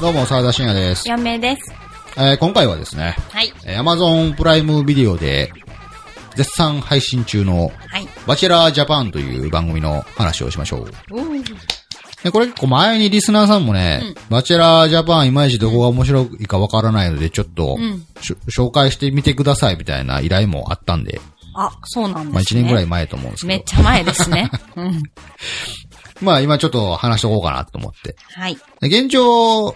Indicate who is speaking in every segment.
Speaker 1: どうも、沢田信也です。
Speaker 2: 4名です。
Speaker 1: えー今回はですね、
Speaker 2: はい。
Speaker 1: えー Amazon プライムビデオで絶賛配信中の
Speaker 2: はい。
Speaker 1: バチェラージャパンという番組の話をしましょう。
Speaker 2: おー
Speaker 1: でこれ結構前にリスナーさんもね、バチェラージャパンいまいちどこが面白いかわからないので、ちょっと、
Speaker 2: うん
Speaker 1: しょ紹介してみてくださいみたいな依頼もあったんで、
Speaker 2: あ、そうなんですね。
Speaker 1: まあ1年ぐらい前と思うんですけ
Speaker 2: め
Speaker 1: ど
Speaker 2: っ、ちゃ前です ね。うん。
Speaker 1: まあ今ちょっと話しとこうかなと思って。
Speaker 2: はい。
Speaker 1: で現状、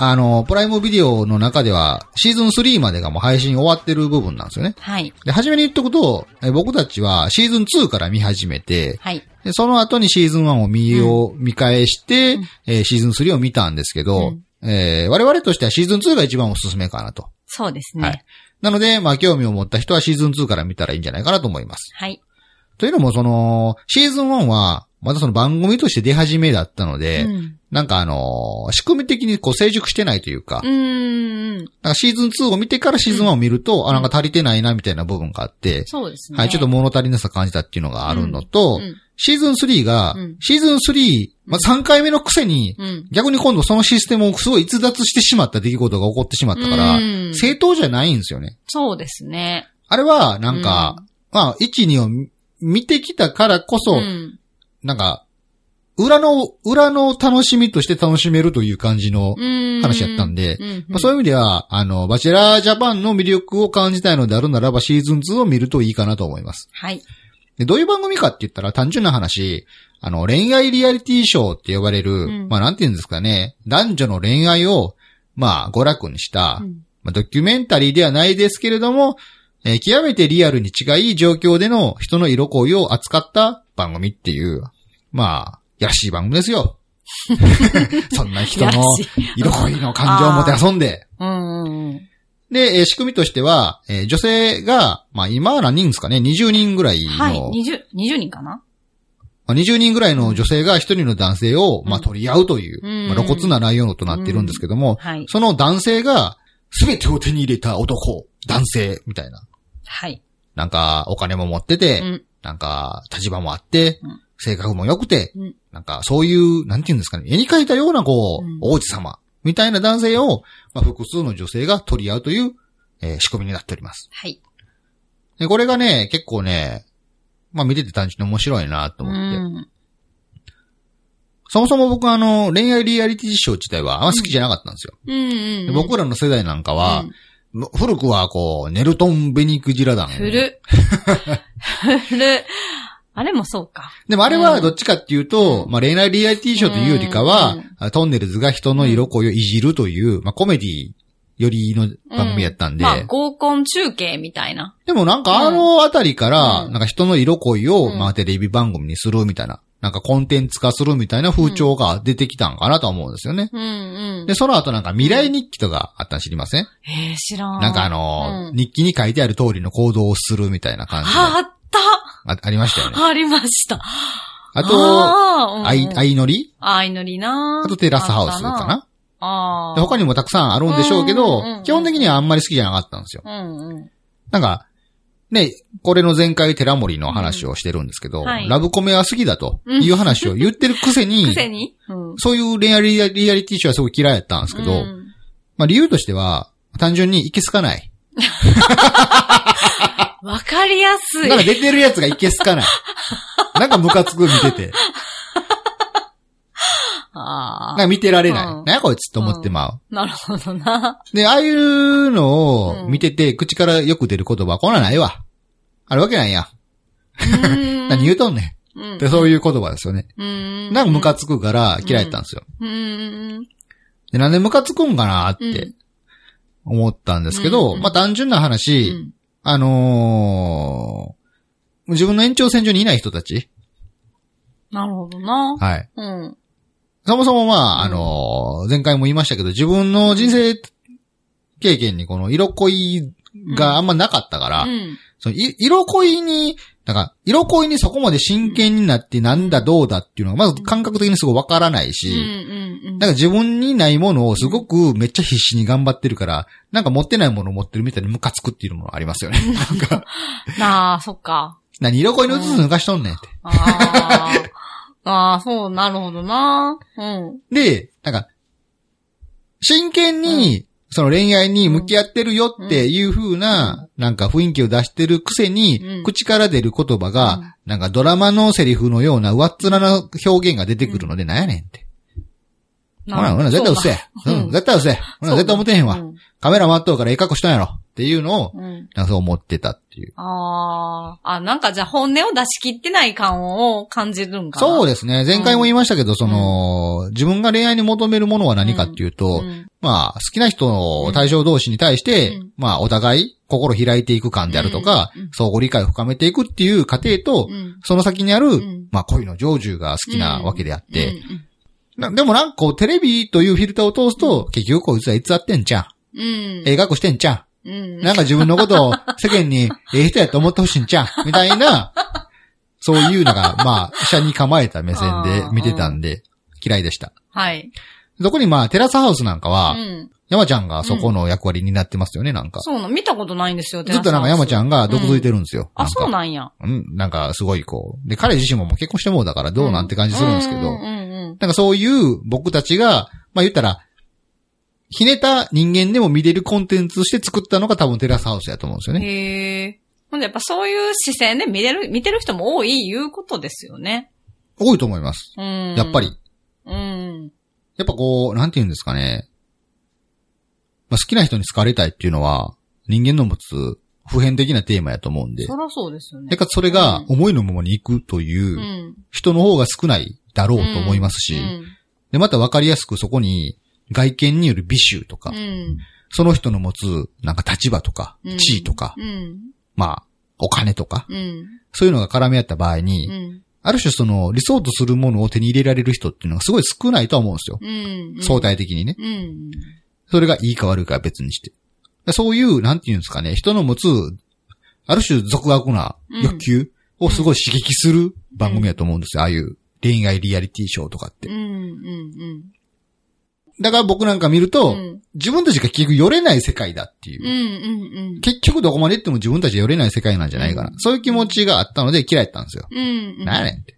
Speaker 1: あの、プライムビデオの中では、シーズン3までがもう配信終わってる部分なんですよね。
Speaker 2: はい。
Speaker 1: で、初めに言っとくと、え僕たちはシーズン2から見始めて、
Speaker 2: はい。
Speaker 1: でその後にシーズン1を見を、見返して、えーシーズン3を見たんですけど、えー我々としてはシーズン2が一番おすすめかなと。
Speaker 2: そうです
Speaker 1: は
Speaker 2: ね
Speaker 1: い。なので、まあ、興味を持った人はシーズン2から見たらいいんじゃないかなと思います。
Speaker 2: はい。
Speaker 1: というのも、その、シーズン1は、またその番組として出始めだったので、
Speaker 2: うん
Speaker 1: なんかあのー仕組み的にこう成熟してないというか、
Speaker 2: うーん。
Speaker 1: なんかシーズン2を見てからシーズン1を見ると、あ、なんか足りてないなみたいな部分があって、
Speaker 2: そうですね。
Speaker 1: はい、ちょっと物足りなさ感じたっていうのがあるのと、
Speaker 2: うん。
Speaker 1: シーズン3が、
Speaker 2: うん
Speaker 1: シーズン3、まあ、3回目のくせに、
Speaker 2: うん。
Speaker 1: 逆に今度そのシステムをすごい逸脱してしまった出来事が起こってしまったから、
Speaker 2: うん
Speaker 1: 正当じゃないんですよね。
Speaker 2: そうですね。
Speaker 1: あれは、なんか、まあ、1、2を見てきたからこそ、
Speaker 2: うん。
Speaker 1: なんか、裏の、裏の楽しみとして楽しめるという感じの
Speaker 2: うん。
Speaker 1: 話やったんで、
Speaker 2: うん。
Speaker 1: まあ、そういう意味では、あの、バチェラージャパンの魅力を感じたいのであるならば、シーズン2を見るといいかなと思います。
Speaker 2: はい。
Speaker 1: で、どういう番組かって言ったら単純な話、あの、恋愛リアリティショーって呼ばれる、
Speaker 2: ん
Speaker 1: まあなんて言うんですかね、男女の恋愛を、まあ、娯楽にした、
Speaker 2: うん
Speaker 1: まあドキュメンタリーではないですけれども、えー極めてリアルに近い状況での人の色恋を扱った番組っていう、まあ、やらしい番組です よ。そんな人の
Speaker 2: やらしい
Speaker 1: 色恋の感情をもて遊んで。
Speaker 2: うんうんうん。
Speaker 1: で、えー仕組みとしては、えー女性が、まあ今は何人ですかね、20人ぐらいの、
Speaker 2: はい。二十、二十人かな
Speaker 1: まあ20人ぐらいの女性が1人の男性を、まあ、
Speaker 2: うん
Speaker 1: 取り合うという、
Speaker 2: うん
Speaker 1: まあ、露骨な内容となっているんですけども、
Speaker 2: はい。
Speaker 1: その男性が、すべてを手に入れた男、男性、みたいな。
Speaker 2: はい。
Speaker 1: なんか、お金も持ってて、
Speaker 2: うん
Speaker 1: なんか、立場もあって、
Speaker 2: うん
Speaker 1: 性格も良くて、
Speaker 2: うん
Speaker 1: なんか、そういう、なんていうんですかね、絵に描いたような、こう、
Speaker 2: うん
Speaker 1: 王子様、みたいな男性を、まあ、複数の女性が取り合うという、えー仕組みになっております。
Speaker 2: はい。
Speaker 1: で、これがね、結構ね、まあ、見てて単純に面白いなと
Speaker 2: う
Speaker 1: 思って、
Speaker 2: ん。
Speaker 1: そもそも僕はあの、恋愛リアリティショー自体はあんま好きじゃなかったんですよ。
Speaker 2: うんうんう
Speaker 1: で
Speaker 2: ん。
Speaker 1: 僕らの世代なんかは
Speaker 2: うん、
Speaker 1: も古くはこう、ネルトン・ベニク・ジラダン。
Speaker 2: 古っ。古っ。あれもそうか。
Speaker 1: でもあれはどっちかっていうと、
Speaker 2: う
Speaker 1: まあ恋愛リアリティショーというよりかは
Speaker 2: うん、
Speaker 1: あトンネルズが人の色恋をいじるという、まあコメディよりの番組やったんで、
Speaker 2: まあ、合コン中継みたいな。
Speaker 1: でもなんかあのあたりから、
Speaker 2: うん
Speaker 1: なんか人の色恋を、
Speaker 2: うん
Speaker 1: まあテレビ番組にするみたいな、なんかコンテンツ化するみたいな風潮が出てきたんかなとは思うんですよね。
Speaker 2: うんうん。
Speaker 1: で、その後なんか未来日記とかあったの知りません
Speaker 2: えー、知らん。
Speaker 1: なんかあのー、
Speaker 2: うん
Speaker 1: 日記に書いてある通りの行動をするみたいな感じの
Speaker 2: ああっ
Speaker 1: あありましたよね。
Speaker 2: たありました。
Speaker 1: あと、
Speaker 2: と
Speaker 1: あい、あいのり
Speaker 2: あいのりな
Speaker 1: あとテラスハウスかな
Speaker 2: あ
Speaker 1: で他
Speaker 2: に。
Speaker 1: にもたくさんあるんでしょうけ
Speaker 2: うんうんうんう
Speaker 1: ど、
Speaker 2: ん
Speaker 1: 基本的にはあんまり好きじゃなかったんですよ。
Speaker 2: うんうん。
Speaker 1: なんか、ね、これの前回寺森の話をしてるんですけど、
Speaker 2: うんはい
Speaker 1: ラブコメは好きだという話を言ってるくせに
Speaker 2: く、せにうん。
Speaker 1: そういう恋愛リアリティショーはすごい嫌いだったんですけど、
Speaker 2: うん
Speaker 1: まあ理由としては、単純にいけすかない。
Speaker 2: わかりやすい
Speaker 1: なん。か出てるやつがいけす かない。なんかムカつく見てて。
Speaker 2: あ
Speaker 1: なんか
Speaker 2: あ。
Speaker 1: 見てられない。
Speaker 2: う
Speaker 1: な
Speaker 2: ん
Speaker 1: んやこいつと思ってま
Speaker 2: なるほどな。
Speaker 1: う。で、ああいうのを見てて、口からよく出る言葉、こんなんないわ。あるわけないや。
Speaker 2: 何
Speaker 1: 何言うとんね
Speaker 2: うん
Speaker 1: ん。で、そういう言葉ですよね。
Speaker 2: うん。
Speaker 1: なんかムカつくから嫌いだったんですよ。
Speaker 2: うん。
Speaker 1: で、なんでムカつくんかなっ
Speaker 2: う
Speaker 1: て
Speaker 2: ん
Speaker 1: 思ったんですけ
Speaker 2: うん
Speaker 1: ど、
Speaker 2: うん
Speaker 1: まあ単純な
Speaker 2: う
Speaker 1: 話、
Speaker 2: ん。
Speaker 1: あのー、自分の延長線上にいない人たち。
Speaker 2: なるほどな。
Speaker 1: はい。
Speaker 2: うん。
Speaker 1: そもそもまあ、あ
Speaker 2: うん
Speaker 1: の、前回も言いましたけど、自分の人生経験にこの色恋があんまなかったから、
Speaker 2: うん。
Speaker 1: そのい色恋に、なんか、色恋にそこまで真剣になってなんだどうだっていうのが、まず感覚的にすごいわからない
Speaker 2: うん
Speaker 1: し、
Speaker 2: うんうん。
Speaker 1: なんか自分にないものをすごくめっちゃ必死に頑張ってるから、なんか持ってないものを持ってるみたいにムカつくっていうのもあります よね。なんか、
Speaker 2: な あ、そっか。
Speaker 1: 何色恋にうつつ抜かしとんねんって。
Speaker 2: あーあー、そう、なるほどな。うん。
Speaker 1: で、なんか、真剣に、その恋愛に向き合ってるよっていう風な、なんか雰囲気を出してるくせに、
Speaker 2: うん
Speaker 1: 口から出る言葉が、
Speaker 2: うん
Speaker 1: なんかドラマのセリフのような上っ面な表現が出てくるので、なんやねんって。ほら、ほら、絶対うっせえ。
Speaker 2: そううか
Speaker 1: ん、絶対うっせえ。ほら、
Speaker 2: そうか
Speaker 1: 絶対思てへんわ。
Speaker 2: うん
Speaker 1: カメラ回っとるからええ格好したんやろ。っていうのを、
Speaker 2: うん。
Speaker 1: なんかそう思ってたっていう。
Speaker 2: ああ。あ、なんかじゃあ本音を出し切ってない感を感じるんかな。
Speaker 1: そう
Speaker 2: で
Speaker 1: ですね。前回も言いましたけど、その、自分が恋愛に求めるものは何かっていうと、まあ、好きな人の対象同士に対して、
Speaker 2: うん
Speaker 1: まあ、お互い心開いていく感であるとか、
Speaker 2: うんうん
Speaker 1: 相互理解を深めていくっていう過程と、
Speaker 2: うん。
Speaker 1: その先にある、
Speaker 2: ん
Speaker 1: まあ、恋の成就が好きなわけであって、
Speaker 2: うん
Speaker 1: なでもなんかこう、テレビというフィルターを通すと、結局こいつはいつあってんじゃん。
Speaker 2: うん。
Speaker 1: ええ格好してんじゃん。
Speaker 2: うん。
Speaker 1: なんか自分の ことを世間にええ人やと思ってほしいんちゃうみたい な、そういうのが、まあ、社に構えた目線で見てたんで、嫌いでした。
Speaker 2: はい。
Speaker 1: そこにまあ、テラスハウスなんか
Speaker 2: う
Speaker 1: は、
Speaker 2: ん。
Speaker 1: 山ちゃんがそこの役割になってますよね、なんか。
Speaker 2: そうな、見たことないんですよ、
Speaker 1: ずっとなんか山ち
Speaker 2: ん。
Speaker 1: ゃんが毒づいてるんですよ。
Speaker 2: あ、
Speaker 1: なんか
Speaker 2: そうなんや。
Speaker 1: うん、なんかすごいこう。で、彼自身ももう結婚してもうだからどうなんて感じするんですけ
Speaker 2: う
Speaker 1: ど
Speaker 2: ん、うん
Speaker 1: なんかそういう僕たちが、まあ言ったら、ひねた人間でも見れるコンテンツとして作ったのが多分テラスハウスやと思うんですよ
Speaker 2: うん。
Speaker 1: ね。
Speaker 2: へえ。ほんで、やっぱそういう視線で見れる、見てる人も多いいうことですよね。
Speaker 1: 多いと思います。
Speaker 2: うん。
Speaker 1: やっぱり。。
Speaker 2: うん。
Speaker 1: やっぱこう、なんて言うんですかね。まあ、好きな人に好かれたいっていうのは、人間の持つ普遍的なテーマやと思うんで。
Speaker 2: そらそうですよね
Speaker 1: で。かつそれが思いのままに行くと
Speaker 2: う。
Speaker 1: いうん人の方が少ないだろうと思いますし、
Speaker 2: うん
Speaker 1: で、また分かりやすくそこに外見による美醜とか、
Speaker 2: うん。
Speaker 1: その人の持つなんか立場とか
Speaker 2: うん、
Speaker 1: 地位とか、
Speaker 2: うん。
Speaker 1: まあ、お金とか、
Speaker 2: うん。
Speaker 1: そういうのが絡み合った場合
Speaker 2: う
Speaker 1: に、
Speaker 2: ん。
Speaker 1: ある種その理想とするものを手に入れられる人っていうのがすごい少ないとは思うんですよ。
Speaker 2: うん。
Speaker 1: 相対的にね。
Speaker 2: うん。
Speaker 1: それがいいか悪いかは別にして。そういう、なんていうんですかね、人の持つ、ある種俗悪な欲求をすごい刺激する番組だと思うんですよ。ああいう恋愛リアリティショーとかっ
Speaker 2: うん。
Speaker 1: て。
Speaker 2: うん。
Speaker 1: だから僕なんか見ると、
Speaker 2: うん。
Speaker 1: 自分たちが結局寄れない世界だっていうう。
Speaker 2: ん。うん。
Speaker 1: 結局どこまで行っても自分たちが寄れない世界なんじゃないかな。
Speaker 2: うん
Speaker 1: そういう気持ちがあったので嫌いだったんですよ。
Speaker 2: うん。
Speaker 1: なんやねんって。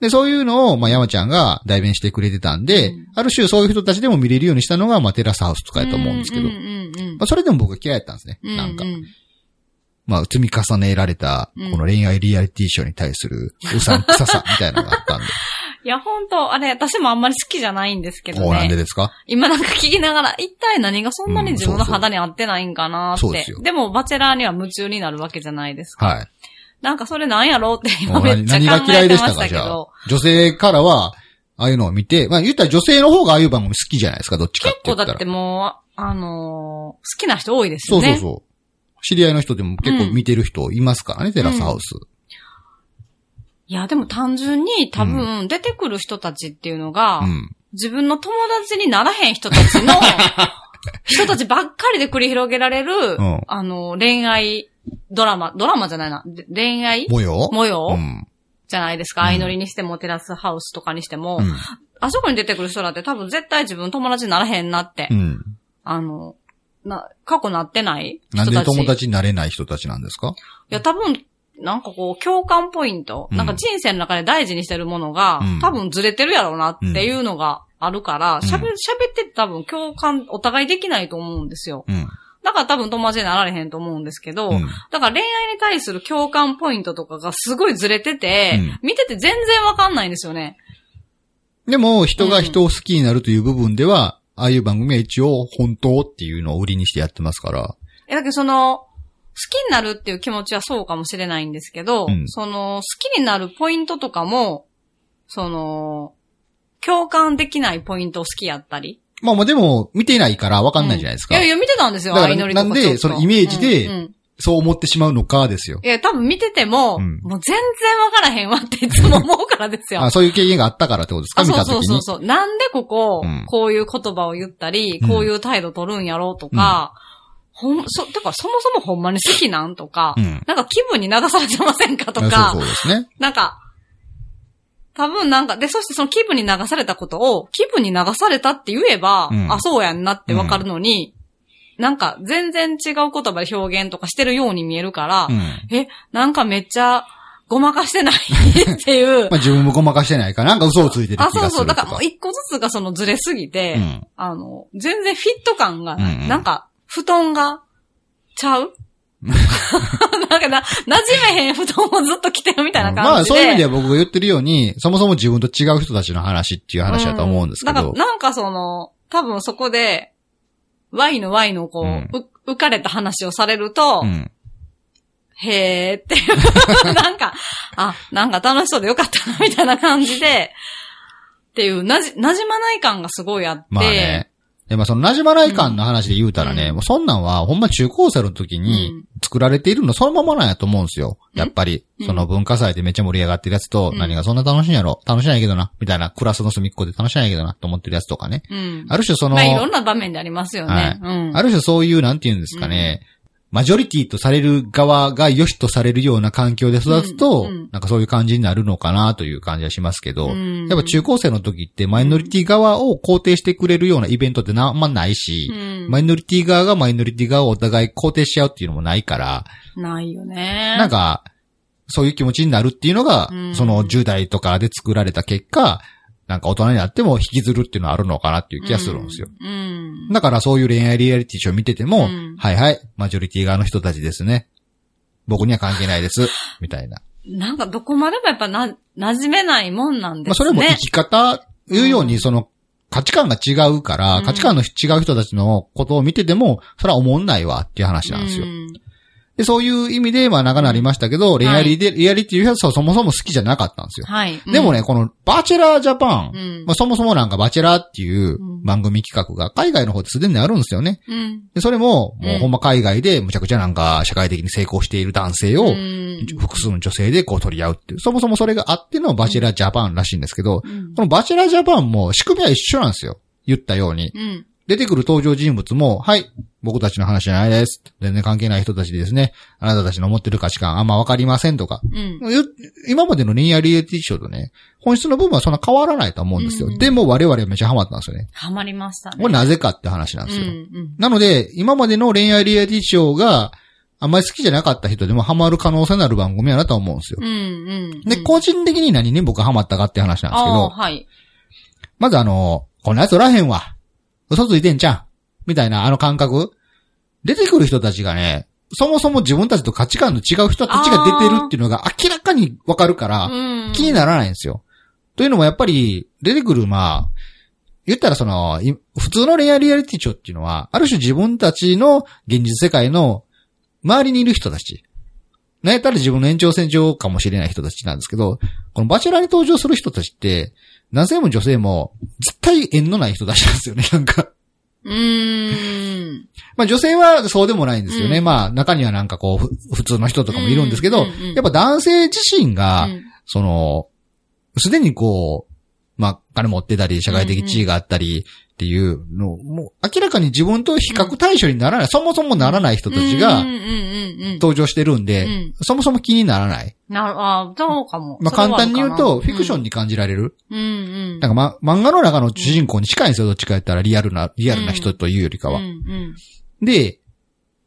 Speaker 1: で、そういうのを、まあ、山ちゃんが代弁してくれてたんで、
Speaker 2: うん
Speaker 1: ある種そういう人たちでも見れるようにしたのが、まあ、テラスハウスとかやと思うんですけど
Speaker 2: う、ん。うん
Speaker 1: まあ、それでも僕は嫌いだったんですね。
Speaker 2: うん。
Speaker 1: なんか
Speaker 2: う。
Speaker 1: まあ、積み重ねられた、
Speaker 2: うん
Speaker 1: この恋愛リアリティショーに対する、うさんくささみたいなのがあったん で。
Speaker 2: いや、ほんと、あれ、私もあんまり好きじゃないんですけど
Speaker 1: こうなんで
Speaker 2: ね。
Speaker 1: ですか
Speaker 2: 今なんか聞きながら、一体何がそんなに自分の肌に合ってないんかなって。
Speaker 1: うんそうそうそうですよ
Speaker 2: でも、バチェラーには夢中になるわけじゃないですか。
Speaker 1: はい。
Speaker 2: なんかそれなんやろうって今
Speaker 1: もう
Speaker 2: めっ
Speaker 1: 何
Speaker 2: ちゃ
Speaker 1: 何
Speaker 2: 考
Speaker 1: が嫌
Speaker 2: え
Speaker 1: い
Speaker 2: て
Speaker 1: でし
Speaker 2: ま
Speaker 1: た
Speaker 2: し
Speaker 1: か
Speaker 2: たけ
Speaker 1: じゃあ
Speaker 2: ど。。
Speaker 1: 女性からは、ああいうのを見て、まあ、言ったら女性の方がああいう番組好きじゃないですか、どっちかって
Speaker 2: 結
Speaker 1: 言
Speaker 2: 構
Speaker 1: ったら。
Speaker 2: だってもう、あのー好きな人多いです
Speaker 1: そ
Speaker 2: よ
Speaker 1: う
Speaker 2: ね。
Speaker 1: そうそう。知り合いの人でも結構見てる人いますからね、テラスハウス。
Speaker 2: いや、でも単純に多分出てくる人たちっていうのが、
Speaker 1: うん。
Speaker 2: 自分の友達にならへん人た ちの、人たちばっかりで繰り広げられる、
Speaker 1: ん
Speaker 2: あの、恋愛ドラマ、ドラマじゃないな、で恋愛
Speaker 1: 模様
Speaker 2: 模様、
Speaker 1: うん。
Speaker 2: じゃないですか。
Speaker 1: うん
Speaker 2: 相乗りにしても、テラスハウスとかにしても、
Speaker 1: うん。
Speaker 2: あそこに出てくる人だって多分絶対自分友達にならへんなって、
Speaker 1: うん。
Speaker 2: あの、な、過去なってない人
Speaker 1: なん
Speaker 2: たち。
Speaker 1: で友達になれない人たちなんですか
Speaker 2: いや、多分、なんかこう、共感ポイント、
Speaker 1: うん
Speaker 2: なんか人生の中で大事にしてるものが、
Speaker 1: うん
Speaker 2: 多分ずれてるやろうなっていうのがあるから、
Speaker 1: ん
Speaker 2: 喋、喋ってて多分共感、お互いできないと思うんですよ。
Speaker 1: うん。
Speaker 2: だから多分友達になられへんと思うんですけど、
Speaker 1: うん。
Speaker 2: だから恋愛に対する共感ポイントとかがすごいずれて
Speaker 1: う
Speaker 2: て、
Speaker 1: ん
Speaker 2: 見てて全然わかんないんですよね。
Speaker 1: でも、人が人を好きになるという部分では、ああいう番組は一応本当っていうのを売りにしてやってますから。
Speaker 2: え、だけどその、好きになるっていう気持ちはそうかもしれないんですけど、
Speaker 1: うん
Speaker 2: その、好きになるポイントとかも、その、共感できないポイント好きやったり。
Speaker 1: まあまあでも、見てないからわかんないじゃないですか。
Speaker 2: いやいや、見てたんですよ、
Speaker 1: だから
Speaker 2: 相乗りとか
Speaker 1: なんで
Speaker 2: ちょっと
Speaker 1: そのイメージで
Speaker 2: うんうん
Speaker 1: そう思ってしまうのかですよ。
Speaker 2: いや、多分見てても、
Speaker 1: うん
Speaker 2: もう全然わからへんわっていつも思うからですよ。
Speaker 1: あそういう経験があったからってことですか
Speaker 2: あ
Speaker 1: 見
Speaker 2: そ
Speaker 1: た
Speaker 2: う
Speaker 1: 時
Speaker 2: そう
Speaker 1: に。
Speaker 2: そうそう。なんでここ、
Speaker 1: うん
Speaker 2: こういう言葉を言ったり、
Speaker 1: うん
Speaker 2: こういう態度取るんやろうとか、ほん、そ、てかそもそもほんまに好きなんとか、
Speaker 1: うん。
Speaker 2: なんか気分に流されてませんかとか、
Speaker 1: そうそうですね。
Speaker 2: なんか、多分なんか、で、そしてその気分に流されたことを、気分に流されたって言えば、
Speaker 1: うん
Speaker 2: あ、そうやんなってわかるのに、なんか全然違う言葉で表現とかしてるように見えるから、
Speaker 1: うん。
Speaker 2: なんかめっちゃ、ごまかしてないってい う。
Speaker 1: まあ自分もごまかしてないから、なんか嘘をついてる気が
Speaker 2: あ、
Speaker 1: するとか。
Speaker 2: そうそう。だからもう一個ずつがそのずれすぎて、
Speaker 1: うん。
Speaker 2: あの、全然フィット感がない、
Speaker 1: うんうん
Speaker 2: なんか、布団が、ち ゃうなんかな、馴染めへん布団をずっと着てるみたいな
Speaker 1: ま
Speaker 2: 感
Speaker 1: あ
Speaker 2: じで。
Speaker 1: そういう意味では僕が言ってるように、そもそも自分と違う人たちの話っていう話だと思うんですけ
Speaker 2: だ
Speaker 1: ど。
Speaker 2: から、なんかその、多分そこで、Y の Y のこう、
Speaker 1: うん
Speaker 2: う浮かれた話をされると、
Speaker 1: うん。
Speaker 2: へーっていう、 なんか、あ、なんか楽しそうでよかったな、みたいな感じで、っていう、なじ、馴染まない感がすごいあって、
Speaker 1: まあね。で、まあその馴染まない感の話で言うたらね、
Speaker 2: うん
Speaker 1: もうそんなんはほんま中高生の時に
Speaker 2: うん
Speaker 1: 作られているのそのままなんやと思うんですよ。やっぱり
Speaker 2: う、ん
Speaker 1: その文化祭でめっちゃ盛り上がってるやつと、
Speaker 2: うん
Speaker 1: 何がそんな楽しいんやろ楽しないけどな、みたいなクラスの隅っこで楽しないけどなと思ってるやつとかね。
Speaker 2: うん。
Speaker 1: ある種その、
Speaker 2: まあいろんな場面でありますよね。
Speaker 1: はい
Speaker 2: うん。
Speaker 1: ある種そういう、なんて言うんですかね、マジョリティとされる側が良しとされるような環境で育つと、
Speaker 2: うんうん
Speaker 1: なんかそういう感じになるのかなという感じはしますけど、
Speaker 2: うん
Speaker 1: やっぱ中高生の時ってマイノリティ側を肯定してくれるようなイベントってなあんまないし、
Speaker 2: うん
Speaker 1: マイノリティ側がマイノリティ側をお互い肯定し合うっていうのもないから、
Speaker 2: ないよね。
Speaker 1: なんか、そういう気持ちになるっていうのが、
Speaker 2: うん
Speaker 1: その10代とかで作られた結果、なんか大人になっても引きずるっていうのはあるのかなっていう気がするんですよ。
Speaker 2: うん。うん。
Speaker 1: だからそういう恋愛リアリティショー見てても、
Speaker 2: うん
Speaker 1: はいはい、マジョリティ側の人たちですね。僕には関係ない です。みたいな。
Speaker 2: なんかどこまでもやっぱな、馴染めないもんなんです
Speaker 1: ま
Speaker 2: ね。
Speaker 1: あそれも生き方、いうようにその価値観が違うから、
Speaker 2: うん
Speaker 1: 価値観の違う人たちのことを見てても、それは思んないわっていう話なんですよ。
Speaker 2: うん
Speaker 1: で、そういう意味で、まあ長なりましたけど、恋愛リ,、リアリティの人はそもそも好きじゃなかったんですよ。
Speaker 2: はい。
Speaker 1: でもね、このバチェラージャパン、
Speaker 2: うん、うん。
Speaker 1: まあ、そもそもなんかバチェラーっていう
Speaker 2: うん
Speaker 1: 番組企画が海外の方ですでにあるんですよね。
Speaker 2: うん。
Speaker 1: で、それも、もううんほんま海外でむちゃくちゃなんか社会的に成功している男性
Speaker 2: う
Speaker 1: を
Speaker 2: ん
Speaker 1: 複数の女性でこう取り合うっていう、そもそもそれがあってのバチェラージャパンらしいんですけど、
Speaker 2: うん
Speaker 1: このバチェラージャパンも仕組みは一緒なんですよ。言ったように。
Speaker 2: うん。
Speaker 1: 出てくる登場人物も、はい、僕たちの話じゃないです。全然関係ない人たちですね。あなたたちの持ってる価値観あんまわかりませんとか。
Speaker 2: うん。
Speaker 1: よ今までの恋愛リアリティショーとね、本質の部分はそんな変わらないと思うんですよ。
Speaker 2: うん
Speaker 1: でも我々はめちゃハマったんですよね。
Speaker 2: ハマりましたね。
Speaker 1: これなぜかって話なん
Speaker 2: う
Speaker 1: で
Speaker 2: ん
Speaker 1: すよ。
Speaker 2: うん。
Speaker 1: なので、今までの恋愛リアリティショーがあんまり好きじゃなかった人でもハマる可能性のある番組やなとは思うんですよ
Speaker 2: う。んうん。
Speaker 1: で、個人的に何に僕ハマったかって話なんですけ
Speaker 2: ああ
Speaker 1: ど
Speaker 2: ー、、はい。
Speaker 1: まずあの、こんなやつおらへんわ。嘘ついてんじゃん。みたいなあの感覚。出てくる人たちがね、そもそも自分たちと価値観の違う人たちが出てるっていうのが明らかにわかるから、
Speaker 2: うん
Speaker 1: 気にならないんですよ。というのもやっぱり、出てくる、まあ、言ったらその、い普通のレアリアリティショーっていうのは、ある種自分たちの現実世界の周りにいる人たち。なんやったら自分の延長線上かもしれない人たちなんですけど、このバチェラーに登場する人たちって、男性も女性も絶対縁のない人たちなんですよね、なんか。
Speaker 2: うーん。
Speaker 1: まあ女性はそうでもないんですよね。
Speaker 2: うん
Speaker 1: まあ中にはなんかこう、ふ普通の人とかもいるんですけど、
Speaker 2: うんうんうんうん
Speaker 1: やっぱ男性自身が、
Speaker 2: うん
Speaker 1: その、すでにこう、まあ、金持ってたり、社会的地位があったりっていうのを、もう明らかに自分と比較対象にならない、そもそもならない人たち
Speaker 2: う
Speaker 1: が
Speaker 2: んうんうんうん。
Speaker 1: 登場してるんで、
Speaker 2: うん
Speaker 1: そもそも気にならない。
Speaker 2: なる、ああ、そうかも。
Speaker 1: まあ、
Speaker 2: それ
Speaker 1: 簡
Speaker 2: はあ
Speaker 1: 単
Speaker 2: る
Speaker 1: に
Speaker 2: か
Speaker 1: 言
Speaker 2: な
Speaker 1: うと、フィクション。に感じられる。
Speaker 2: うんうん。
Speaker 1: なんか、ま、漫画の中の主人公に近いんですよ、どっちか言ったらリアルな、リアルな人というよりかは。
Speaker 2: うんうん。
Speaker 1: で、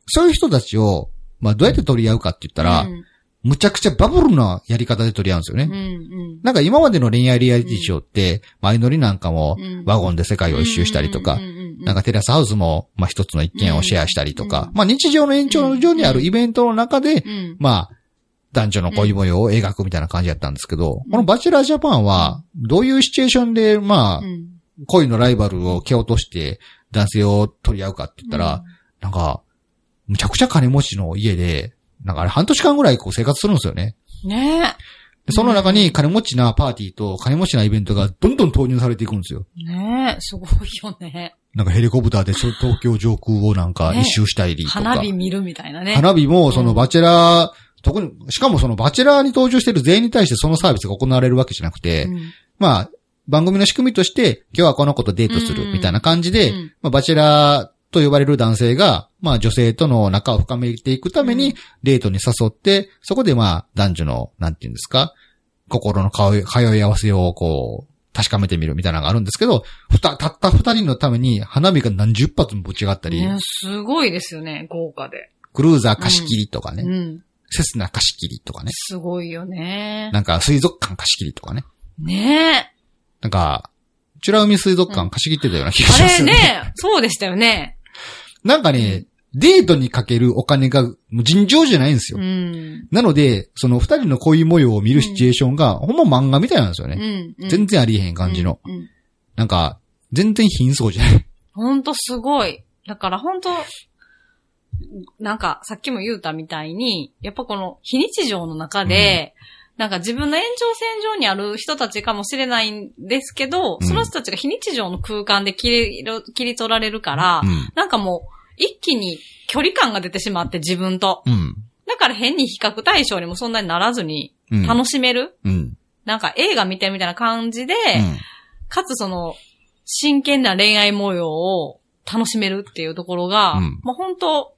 Speaker 1: そういう人たちを、まあ、どうやって取り合うかって言ったら、
Speaker 2: うん
Speaker 1: むちゃくちゃバブルなやり方で取り合うんですよね。
Speaker 2: うんうん。
Speaker 1: なんか今までの恋愛リアリティショーって、マイノリなんかも
Speaker 2: うん
Speaker 1: ワゴンで世界を一周したりとか
Speaker 2: うん、うんうんうん、
Speaker 1: なんかテラスハウスも、まあ一つの一軒をシェアしたりと
Speaker 2: う
Speaker 1: か
Speaker 2: ん、
Speaker 1: まあ日常の延長上にあるイベントの中で、
Speaker 2: うん、
Speaker 1: まあ、男女の恋模様を描くみたいな感じだったんですけど
Speaker 2: うん、
Speaker 1: このバチェラージャパンは、どういうシチュエーションで、まあ
Speaker 2: う、ん、
Speaker 1: 恋のライバルを蹴落として男性を取り合うかって言ったら、なんか、むちゃくちゃ金持ちの家で、なんかあれ半年間ぐらいこう生活するんですよね。
Speaker 2: うん、ね
Speaker 1: でその中に金持ちなパーティーと金持ちなイベントがどんどん投入されていくんですよ。
Speaker 2: え、ねえ、すごいよね。
Speaker 1: なんかヘリコプターでそ東京上空をなんか一周したりとか。
Speaker 2: 花火見るみたいなね。
Speaker 1: 花火もそうの
Speaker 2: ん
Speaker 1: バチェラー、特に、しかもそのバチェラーに登場している全員に対してそのサービスが行われるわけじゃなくて、
Speaker 2: うん
Speaker 1: まあ、番組の仕組みとして、今日はこの子とデートするみたいな感じで、
Speaker 2: うん
Speaker 1: まあ、バチェラーと呼ばれる男性が、まあ、女性との仲を深めていくため
Speaker 2: う
Speaker 1: に、デートに誘って、そこでまあ、男女の、なんていうんですか、心の通い通い合わせをこう、確かめてみるみたいなのがあるんですけど、ふた、たった二人のために花火が何十発もぶち上がったり、
Speaker 2: ね、すごいですよね、豪華で。
Speaker 1: クルーザー貸し切りとかね、
Speaker 2: うん。
Speaker 1: セスナ貸し切りとかね。
Speaker 2: すごいよね。
Speaker 1: なんか、水族館貸し切りとかね。
Speaker 2: ねえ。
Speaker 1: なんか、チュラ海水族館貸し切ってたような気がし
Speaker 2: あ
Speaker 1: ます
Speaker 2: れ
Speaker 1: よね。
Speaker 2: ね、そうでしたよね。
Speaker 1: なんかね、デートにかけるお金がもう尋常じゃないんですよ。
Speaker 2: うん。
Speaker 1: なので、その二人の恋模様を見るシチュエーションが、ほんま漫画みたいなんですよ
Speaker 2: う
Speaker 1: ね。
Speaker 2: ん。う ん
Speaker 1: 全然ありえへん感じの。。
Speaker 2: うんうん
Speaker 1: なんか、全然貧相じゃない。
Speaker 2: ほんとすごい。だからほんと、なんかさっきも言うたみたいに、やっぱこの非日常の中で、なんか自分の延長線上にある人たちかもしれないんですけど、
Speaker 1: うん
Speaker 2: その人たちが非日常の空間で切り切り取られるから、
Speaker 1: うん。
Speaker 2: なんかもう一気に距離感が出てしまって自分と。
Speaker 1: うん。
Speaker 2: だから変に比較対象にもそんなにならずに
Speaker 1: うん。
Speaker 2: 楽しめる。
Speaker 1: うん。
Speaker 2: なんか映画見てるみたいな感じで、
Speaker 1: うん
Speaker 2: かつその、真剣な恋愛模様を楽しめるっていうところが、
Speaker 1: うん
Speaker 2: もう本当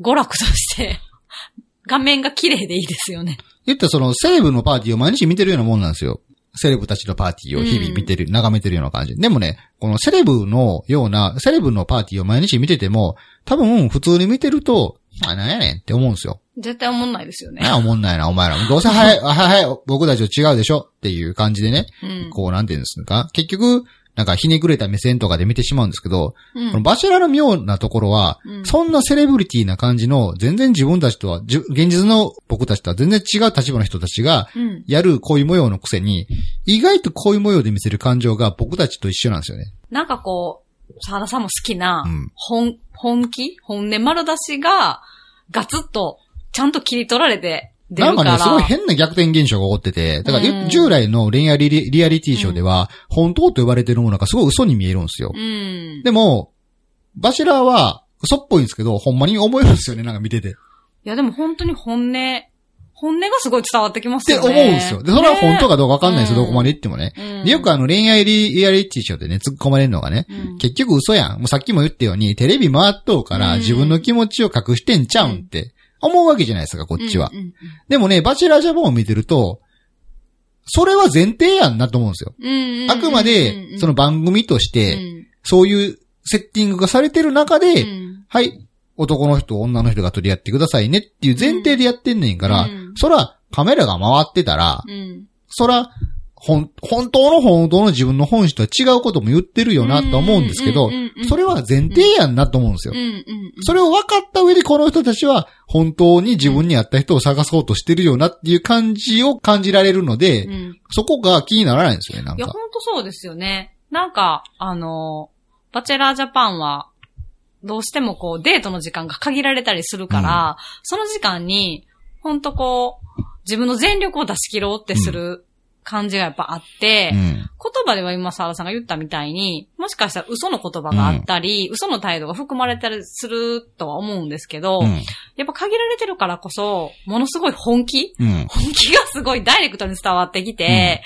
Speaker 2: 娯楽として、 画面が綺麗でいいですよね。
Speaker 1: 言ったらそのセレブのパーティーを毎日見てるようなもんなんですよ。セレブたちのパーティーを日々見てる、眺めてるような感じ。でもね、このセレブのような、セレブのパーティーを毎日見てても、多分普通に見てると、あ、なんやねんって思うんですよ。
Speaker 2: 絶対思んないですよね。
Speaker 1: なあ、思んないな、お前ら。どうせ早い、あはいはい、僕たちと違うでしょっていう感じでね、
Speaker 2: うん。
Speaker 1: こうなんていうんですか。結局、なんかひねくれた目線とかで見てしまうんですけど、
Speaker 2: うん
Speaker 1: このバチェラーの妙なところは、
Speaker 2: うん
Speaker 1: そんなセレブリティな感じの、全然自分たちとは、じゅ現実の僕たちとは全然違う立場の人たちが、
Speaker 2: うん。
Speaker 1: やる恋模様のくせに、意外と恋模様で見せる感情が僕たちと一緒なんですよね。
Speaker 2: なんかこう、沢田さんも好きな、
Speaker 1: うん
Speaker 2: 本、本気本音丸出しが、ガツッと、ちゃんと切り取られて出
Speaker 1: な
Speaker 2: る
Speaker 1: ん
Speaker 2: か。
Speaker 1: からね、すごい変な逆転現象が起こってて、だから
Speaker 2: うん
Speaker 1: ゆ従来の恋愛リリリアリティショーでは、本当と呼ばれてるものがすごい嘘に見えるんですよ。
Speaker 2: うん。
Speaker 1: でも、バシェラーは嘘っぽいんですけど、ほんまに思えるんですよね、なんか見てて。っ
Speaker 2: いや、でも本当に本音、本音がすごい伝わってきます
Speaker 1: て
Speaker 2: よ
Speaker 1: 思う
Speaker 2: ね。
Speaker 1: んですよ。で、それは本当かどうかわかんないですよ、
Speaker 2: ね
Speaker 1: どこまで行ってもね。
Speaker 2: ね
Speaker 1: でよくあの恋愛リリアリティショーでね、突っ込まれるのがね、
Speaker 2: うん
Speaker 1: 結局嘘やん。もうさっきも言ったように、テレビ回っとうから
Speaker 2: うん
Speaker 1: 自分の気持ちを隠してんちゃうんって思うわけじゃないですか、こっちは。
Speaker 2: うんうん
Speaker 1: でもね、バチェラージャボンを見てると、それは前提やんなと思うんですよ。
Speaker 2: うんうんうんうん
Speaker 1: あくまで、その、番組とし
Speaker 2: う
Speaker 1: て、
Speaker 2: ん
Speaker 1: そういうセッティングがされてる中で、
Speaker 2: うん
Speaker 1: はい、男の人、女の人が取り合ってくださいねっていう前提でやってんねんから、
Speaker 2: うん
Speaker 1: そら、カメラが回ってたら、
Speaker 2: うん
Speaker 1: そら、ほん、本当の本当の自分の本心とは違うことも言ってるよなと思うんですけど
Speaker 2: うんうんうんうん、
Speaker 1: それは前提やんなと思うんですよ
Speaker 2: うん。うんうん
Speaker 1: それを分かった上でこの人たちは本当に自分に合った人を探そうとしてるよなっていう感じを感じられるので、
Speaker 2: うん
Speaker 1: そこが気にならないんですよね、なん
Speaker 2: いや、
Speaker 1: か
Speaker 2: ほ。んとそうですよね。なんか、あの、バチェラージャパンは、どうしてもこう、デートの時間が限られたりするから、その時間に、ほんとこう、自分の全力を出し切ろうってする感じがやっぱあって、
Speaker 1: うん。
Speaker 2: 言葉では今、沢田さんが言ったみたいに、もしかしたら嘘の言葉があったり、嘘の態度が含まれたりするとは思うんですけど、
Speaker 1: うん。
Speaker 2: やっぱ限られてるからこそ、ものすごい本気
Speaker 1: うん。
Speaker 2: 本気がすごいダイレクトに伝わってきて、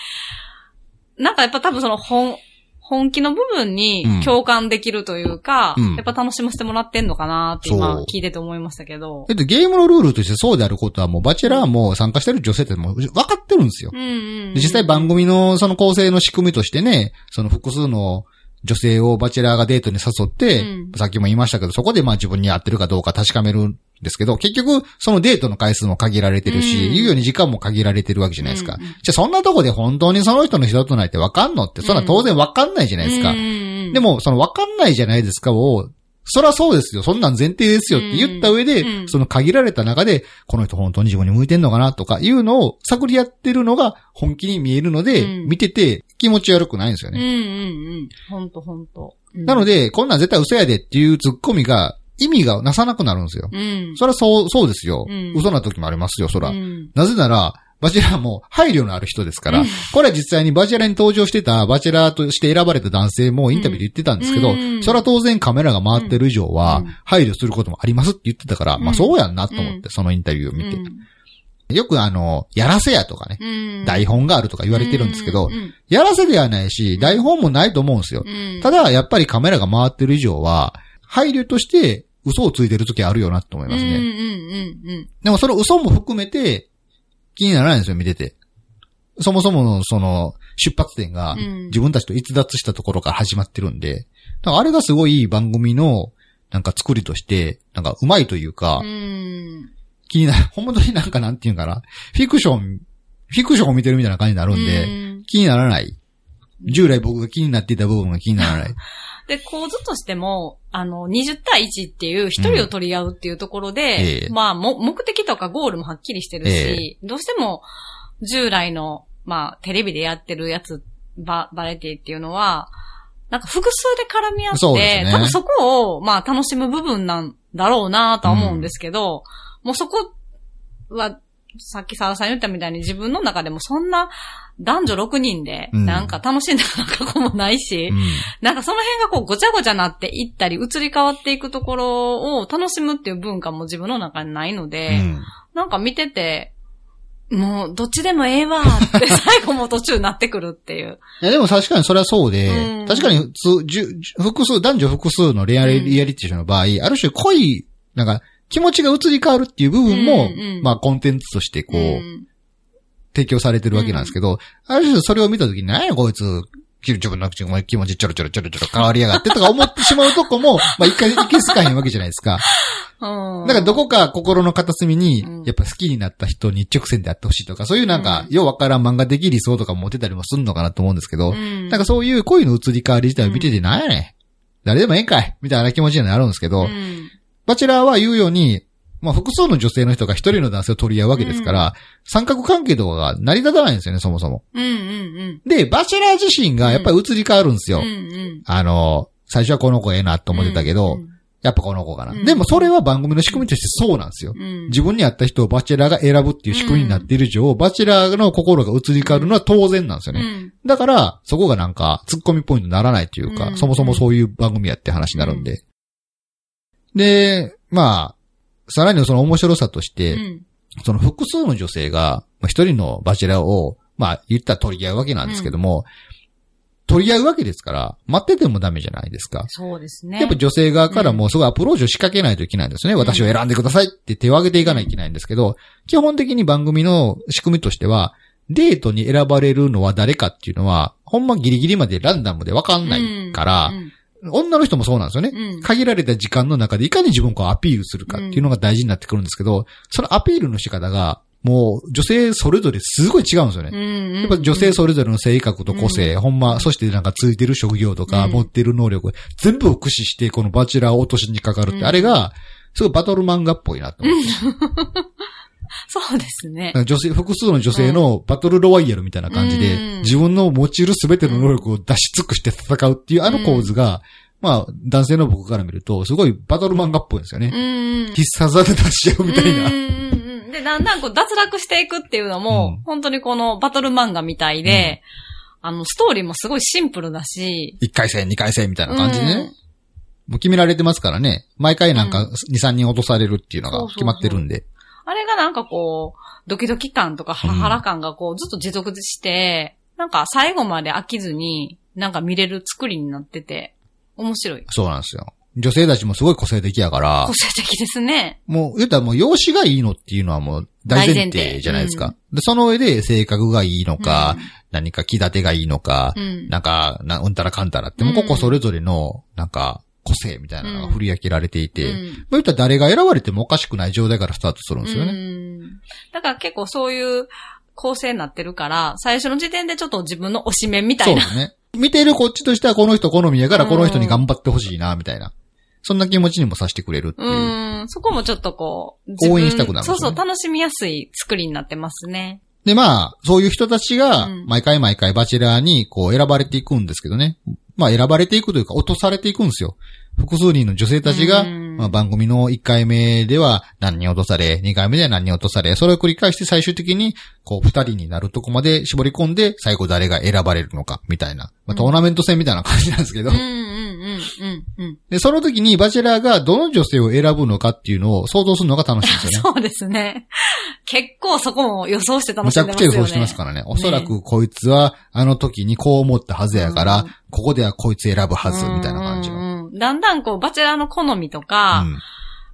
Speaker 2: なんかやっぱ多分その本、本気の部
Speaker 1: う
Speaker 2: 分
Speaker 1: ん
Speaker 2: に共感できるというか、
Speaker 1: うん
Speaker 2: やっぱ楽しませてもらってんのかなって
Speaker 1: そ
Speaker 2: 今
Speaker 1: う
Speaker 2: 聞いてて思いましたけど
Speaker 1: だ。ってゲームのルールとしてそうであることはもうバチェラーも参加してる女性ってもう分かってるんですよ
Speaker 2: う。んうんうん。
Speaker 1: 実際番組のその構成の仕組みとしてね、その複数の女性をバチェラーがデートに誘って、
Speaker 2: うん
Speaker 1: さっきも言いましたけど、そこでまあ自分に合ってるかどうか確かめるんですけど、結局そのデートの回数も限られてるし、
Speaker 2: うん
Speaker 1: 言うように時間も限られてるわけじゃないですか。
Speaker 2: うんうん
Speaker 1: じゃあそんなとこで本当にその人の人とないってわかんのって、そんな当然わかんないじゃないですか。
Speaker 2: うんうんうん
Speaker 1: でも、そのわかんないじゃないですかを、そらそうですよ。そんなん前提ですよって言った上で、
Speaker 2: うんうん
Speaker 1: その限られた中で、この人本当に自分に向いてんのかなとかいうのを探り合ってるのが本気に見えるので、
Speaker 2: うん
Speaker 1: 見てて気持ち悪くないんですよ
Speaker 2: うんう
Speaker 1: ね。
Speaker 2: んうん。ほんとほんと。
Speaker 1: なの
Speaker 2: で、
Speaker 1: で、こんなん絶対嘘やでっていうツッコミが意味がなさなくなるんですよ。
Speaker 2: うん。
Speaker 1: そらそう、そうですよ。
Speaker 2: うん
Speaker 1: 嘘な時もありますよ、そら。
Speaker 2: うん
Speaker 1: なぜなら、バチェラーも配慮のある人ですから、
Speaker 2: うん
Speaker 1: これは実際にバチェラーに登場してた、バチェラーとして選ばれた男性もインタビューで言ってたんですけど、
Speaker 2: うん
Speaker 1: それは当然カメラが回ってる以上は
Speaker 2: うん、
Speaker 1: 配慮することもありますって言ってたから、
Speaker 2: うん
Speaker 1: まあそうやんなと思っ
Speaker 2: う
Speaker 1: て、そのインタビューを見て。
Speaker 2: うん
Speaker 1: よくあの、やらせやとかね、
Speaker 2: うん
Speaker 1: 台本があるとか言われてるんですけど
Speaker 2: う、ん
Speaker 1: やらせではないし、台本もないと思うんですよ。
Speaker 2: うん
Speaker 1: ただ、やっぱりカメラが回ってる以上は、配慮として嘘をついてる時あるよなと思いますね。
Speaker 2: うんうんうんうん。
Speaker 1: でもその嘘も含めて気にならないんですよ、見てて。そもそものその出発点が
Speaker 2: うん
Speaker 1: 自分たちと逸脱したところから始まってるんで、だからあれがすごいいい番組のなんか作りとして、なんかうまいというか、
Speaker 2: うん
Speaker 1: 気になる。本当になんかなんていうんかな。フィクション、フィクションを見てるみたいな感じになるんで、
Speaker 2: うん
Speaker 1: 気にならない。従来僕が気になっていた部分が気にならない。
Speaker 2: で、構図としても、あの、20対1っていう、一人を取り合うっていうところで、
Speaker 1: ええ
Speaker 2: まあも、目的とかゴールもはっきりしてるし、どうしても、従来の、まあ、テレビでやってるやつ、バ、バラエティっていうのは、なんか複数で絡み合
Speaker 1: そう
Speaker 2: っ
Speaker 1: です
Speaker 2: て、
Speaker 1: ね
Speaker 2: 多分そこを、まあ、楽しむ部分なんだろうなとは思うんですけど、もうそこは、さっき沢田さん言ったみたいに自分の中でもそんな男女6人で、
Speaker 1: うん
Speaker 2: なんか楽しんだ過去もないし、
Speaker 1: うん
Speaker 2: なんかその辺がこうごちゃごちゃなっていったり、移り変わっていくところを楽しむっていう文化も自分の中にないので、
Speaker 1: うん
Speaker 2: なんか見てて、もうどっちでもええわー って最後も途中なってくるっていう。
Speaker 1: いやでも確かにそれはそうで、
Speaker 2: うん
Speaker 1: 確かに普通、じゅじゅ複数、男女複数のレアリ
Speaker 2: うん
Speaker 1: リアリティショーの場合、ある種濃い、なんか気持ちが移り変わるっていう部分も、
Speaker 2: うんうん
Speaker 1: まあコンテンツとしてこう、
Speaker 2: うん
Speaker 1: 提供されてるわけなんですけど、ある種それを見たときに、何やこいつ、自分の口が気持ちちょろちょろちょろちょろ変わりやがってとか思ってしまうとこも、まあ一回一気つかへんわけじゃないですか。
Speaker 2: うん。
Speaker 1: だからどこか心の片隅に
Speaker 2: うん、
Speaker 1: やっぱ好きになった人に一直線であってほしいとか、そういうなんか
Speaker 2: う、ん
Speaker 1: ようわからん漫画的理想とか持ってたりもするのかなと思うんですけど、
Speaker 2: うん、
Speaker 1: なんかそういう恋の移り変わり自体を見ててなんやねん。誰でもええんかいみたいな気持ちになるんですけど、
Speaker 2: うん
Speaker 1: バチェラーは言うように、まあ複数の女性の人が一人の男性を取り合うわけですから、三角関係とかが成り立たないんですよね、そもそも。
Speaker 2: うんうん
Speaker 1: で、バチェラー自身がやっぱり移り変わるんです
Speaker 2: うん。
Speaker 1: よ。
Speaker 2: うんうん。
Speaker 1: あの、最初はこの子ええなと思ってたけど、
Speaker 2: うん
Speaker 1: やっぱこの子かな。
Speaker 2: うん
Speaker 1: でもそれは番組の仕組みとしてそうなんですよ。
Speaker 2: うん。
Speaker 1: 自分に合った人をバチェラーが選ぶっていう仕組みになっている以上、バチェラーの心が移り変わるのは当然なんですよね。
Speaker 2: うん
Speaker 1: だから、そこがなんか、突っ込みポイントにならないというか、
Speaker 2: うん
Speaker 1: そもそもそういう番組やって話になるんで。で、まあ、さらにその面白さとし
Speaker 2: う
Speaker 1: て、
Speaker 2: ん。
Speaker 1: その複数の女性が、まあ一人のバチェラーを、まあ、言ったら取り合うわけなんですけども、取り合うわけですから、待っててもダメじゃないですか。
Speaker 2: そうですね。
Speaker 1: やっぱ女性側からもすごいアプローチを仕掛けないといけないんですね。
Speaker 2: ん
Speaker 1: 私を選んでくださいって手を挙げていかないといけないんですけど、基本的に番組の仕組みとしては、デートに選ばれるのは誰かっていうのは、ほんまギリギリまでランダムでわかんないから、
Speaker 2: うん
Speaker 1: 女の人もそうなんですよね。
Speaker 2: うん
Speaker 1: 限られた時間の中でいかに自分をこうアピールするかっていうのが大事になってくるんですけど、そのアピールの仕方が、もう女性それぞれすごい違うんですよね。
Speaker 2: うんうん
Speaker 1: やっぱ女性それぞれの性格と個性、ほんま、そしてなんかついてる職業とか、
Speaker 2: うん
Speaker 1: 持ってる能力、全部を駆使して、このバチェラーを落としにかかるって、
Speaker 2: うん
Speaker 1: あれが、すごいバトル漫画っぽいなと思って。
Speaker 2: そうですね。
Speaker 1: なんか女性、複数の女性のバトルロワイヤルみたいな感じで、
Speaker 2: うん
Speaker 1: 自分の持ち得るすべての能力を出し尽くして戦うっていう、あの構図が、まあ、男性の僕から見ると、すごいバトル漫画っぽいんですよ
Speaker 2: うん
Speaker 1: ね。
Speaker 2: うん。
Speaker 1: 必殺技で出し合うみたいな。
Speaker 2: うんうんうんうん。で、だんだんこう脱落していくっていうのも、
Speaker 1: うん
Speaker 2: 本当にこのバトル漫画みたいで、あの、ストーリーもすごいシンプルだし、
Speaker 1: 1回戦、2回戦みたいな感じでね。
Speaker 2: うん
Speaker 1: もう決められてますからね。毎回なんか2、3人落とされるっていうのが決まってるんで。
Speaker 2: あれがなんかこう、ドキドキ感とかハラハラ感がこう、ずっと持続して、なんか最後まで飽きずに、なんか見れる作りになってて、面白い。
Speaker 1: そうなんですよ。女性たちもすごい個性的やから
Speaker 2: 個、性的ですね。
Speaker 1: もう、言ったらもう、容姿がいいのっていうのはもう大前提じゃないです
Speaker 2: 大
Speaker 1: か。で、その上で性格がいいのか、何か気立てがいいのか
Speaker 2: う、ん、
Speaker 1: なんか、なうんたらかんたらって、もうここそれぞれの、なんか、個性みたいなのが振り分けられていて、ま
Speaker 2: う
Speaker 1: あ
Speaker 2: ん
Speaker 1: 言ったら誰が選ばれてもおかしくない状態からスタートするんですよね。
Speaker 2: うんだから結構そういう構成になってるから、最初の時点でちょっと自分の推しメンみた
Speaker 1: そ
Speaker 2: いうな。
Speaker 1: ですね。見てるこっちとしてはこの人好みやから、この人に頑張ってほしいな、みたいな。そんな気持ちにもさせてくれるっていうう。
Speaker 2: ん、そこもちょっとこう、
Speaker 1: 応援したくなるんです
Speaker 2: そ
Speaker 1: よ
Speaker 2: う
Speaker 1: ね
Speaker 2: そう、楽しみやすい作りになってますね。
Speaker 1: で、まあ、そういう人たちが
Speaker 2: う、ん
Speaker 1: 毎回毎回バチェラーに、こう、選ばれていくんですけどね。まあ、選ばれていくというか、落とされていくんですよ。複数人の女性たちが、
Speaker 2: うん
Speaker 1: まあ、番組の1回目では何人落とされ、2回目では何人落とされ、それを繰り返して最終的に、こう、2人になるとこまで絞り込んで、最後誰が選ばれるのか、みたいな。まあ、トーナメント戦みたいな感じなんですけ
Speaker 2: う
Speaker 1: ど
Speaker 2: ん、う。ん、うん、うん、うん。
Speaker 1: で、その時にバチェラーがどの女性を選ぶのかっていうのを想像するのが楽しいんですよね。
Speaker 2: そうですね。結構そこも予想して楽
Speaker 1: む
Speaker 2: し
Speaker 1: ちゃ
Speaker 2: んで
Speaker 1: く
Speaker 2: ます
Speaker 1: ちゃ
Speaker 2: よ
Speaker 1: 予
Speaker 2: ね。
Speaker 1: 想してますからね。おそらくこいつはあの時にこう思ったはずやから、
Speaker 2: うん
Speaker 1: ここではこいつ選ぶはず、みたいな感じ
Speaker 2: う
Speaker 1: の。
Speaker 2: んうんうんだんだんこう、バチェラーの好みとか、
Speaker 1: うん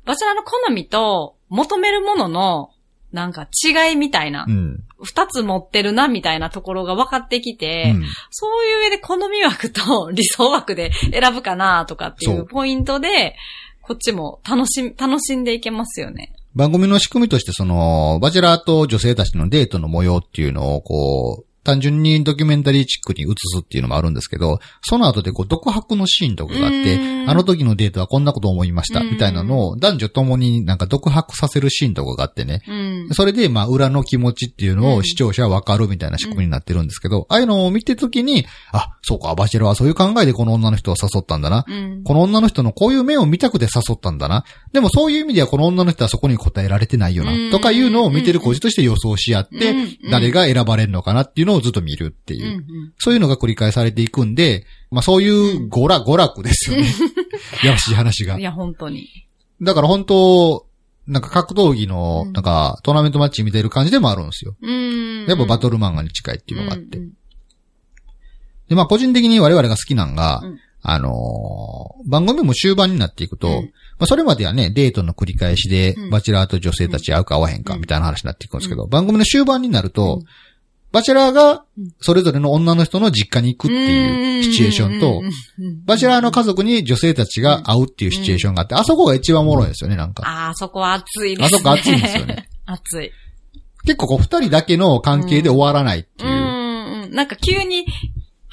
Speaker 2: バチェラーの好みと求めるものの、なんか違いみたいな
Speaker 1: う、ん。
Speaker 2: 二、つ持ってるなみたいなところが分かってきて、
Speaker 1: うん。
Speaker 2: そういう上で好み枠と理想枠で選ぶかなとかってい
Speaker 1: そう
Speaker 2: うポイントで、こっちも楽しみ、楽しんでいけますよね。
Speaker 1: 番組の仕組みとして、その、バチェラーと女性たちのデートの模様っていうのを、こう、単純にドキュメンタリーチックに映すっていうのもあるんですけど、その後でこう、独白のシーンとかがあって
Speaker 2: う、ん
Speaker 1: あの時のデートはこんなこと思いました、
Speaker 2: うん
Speaker 1: みたいなのを男女共になんか独白させるシーンとかがあってね、
Speaker 2: うん。
Speaker 1: それで、まあ、裏の気持ちっていうの
Speaker 2: う
Speaker 1: を
Speaker 2: ん
Speaker 1: 視聴者はわかるみたいな仕組みになってるんですけど、ああいうのを見てるときに、あ、そうか、バチェラーはそういう考えでこの女の人を誘ったんだな。
Speaker 2: うん。
Speaker 1: この女の人のこういう面を見たくて誘ったんだな。でもそういう意味ではこの女の人はそこに答えられてないよ
Speaker 2: うん
Speaker 1: な。とかいうのを見てる個人として予想し合っ
Speaker 2: う
Speaker 1: て
Speaker 2: ん、
Speaker 1: 誰が選ばれるのかなっていうのをずっと見るって
Speaker 2: う
Speaker 1: い
Speaker 2: ん
Speaker 1: う。
Speaker 2: うん。
Speaker 1: そういうのが繰り返されていくんで、まあそういう娯楽、娯楽ですよ ね。やらしい話が
Speaker 2: い。や、本当に。
Speaker 1: だから本当、なんか格闘技の
Speaker 2: う、ん
Speaker 1: なんかトーナメントマッチ見てる感じでもあるんですよ。
Speaker 2: うん。
Speaker 1: やっぱバト
Speaker 2: ルっ
Speaker 1: ル漫画に近いっていうのがあって。
Speaker 2: うん
Speaker 1: で、まあ個人的に我々が好きなんが、
Speaker 2: うん
Speaker 1: あのー番組も終盤になっていくと、
Speaker 2: うん
Speaker 1: まあそれまではね、デートの繰り返しで、
Speaker 2: うん
Speaker 1: バチェラーと女性たち会うか会わへんか
Speaker 2: うん
Speaker 1: みたいな話になっていくんですけど、番組の終盤になると、
Speaker 2: うん
Speaker 1: バチェラーが
Speaker 2: うん
Speaker 1: それぞれの女の人の実家に行くっていうシチュエーションと、、バチェラーの家族に女性たちが会うっていうシチュエーションがあって、あそこが一番おもろいですよね、なんか。
Speaker 2: ああ、そこは熱いですね。
Speaker 1: あそこ熱いんですよね。
Speaker 2: 熱い。
Speaker 1: 結構こう二人だけの関係で終わらないって
Speaker 2: う
Speaker 1: い
Speaker 2: ん
Speaker 1: う。
Speaker 2: うん。なんか急に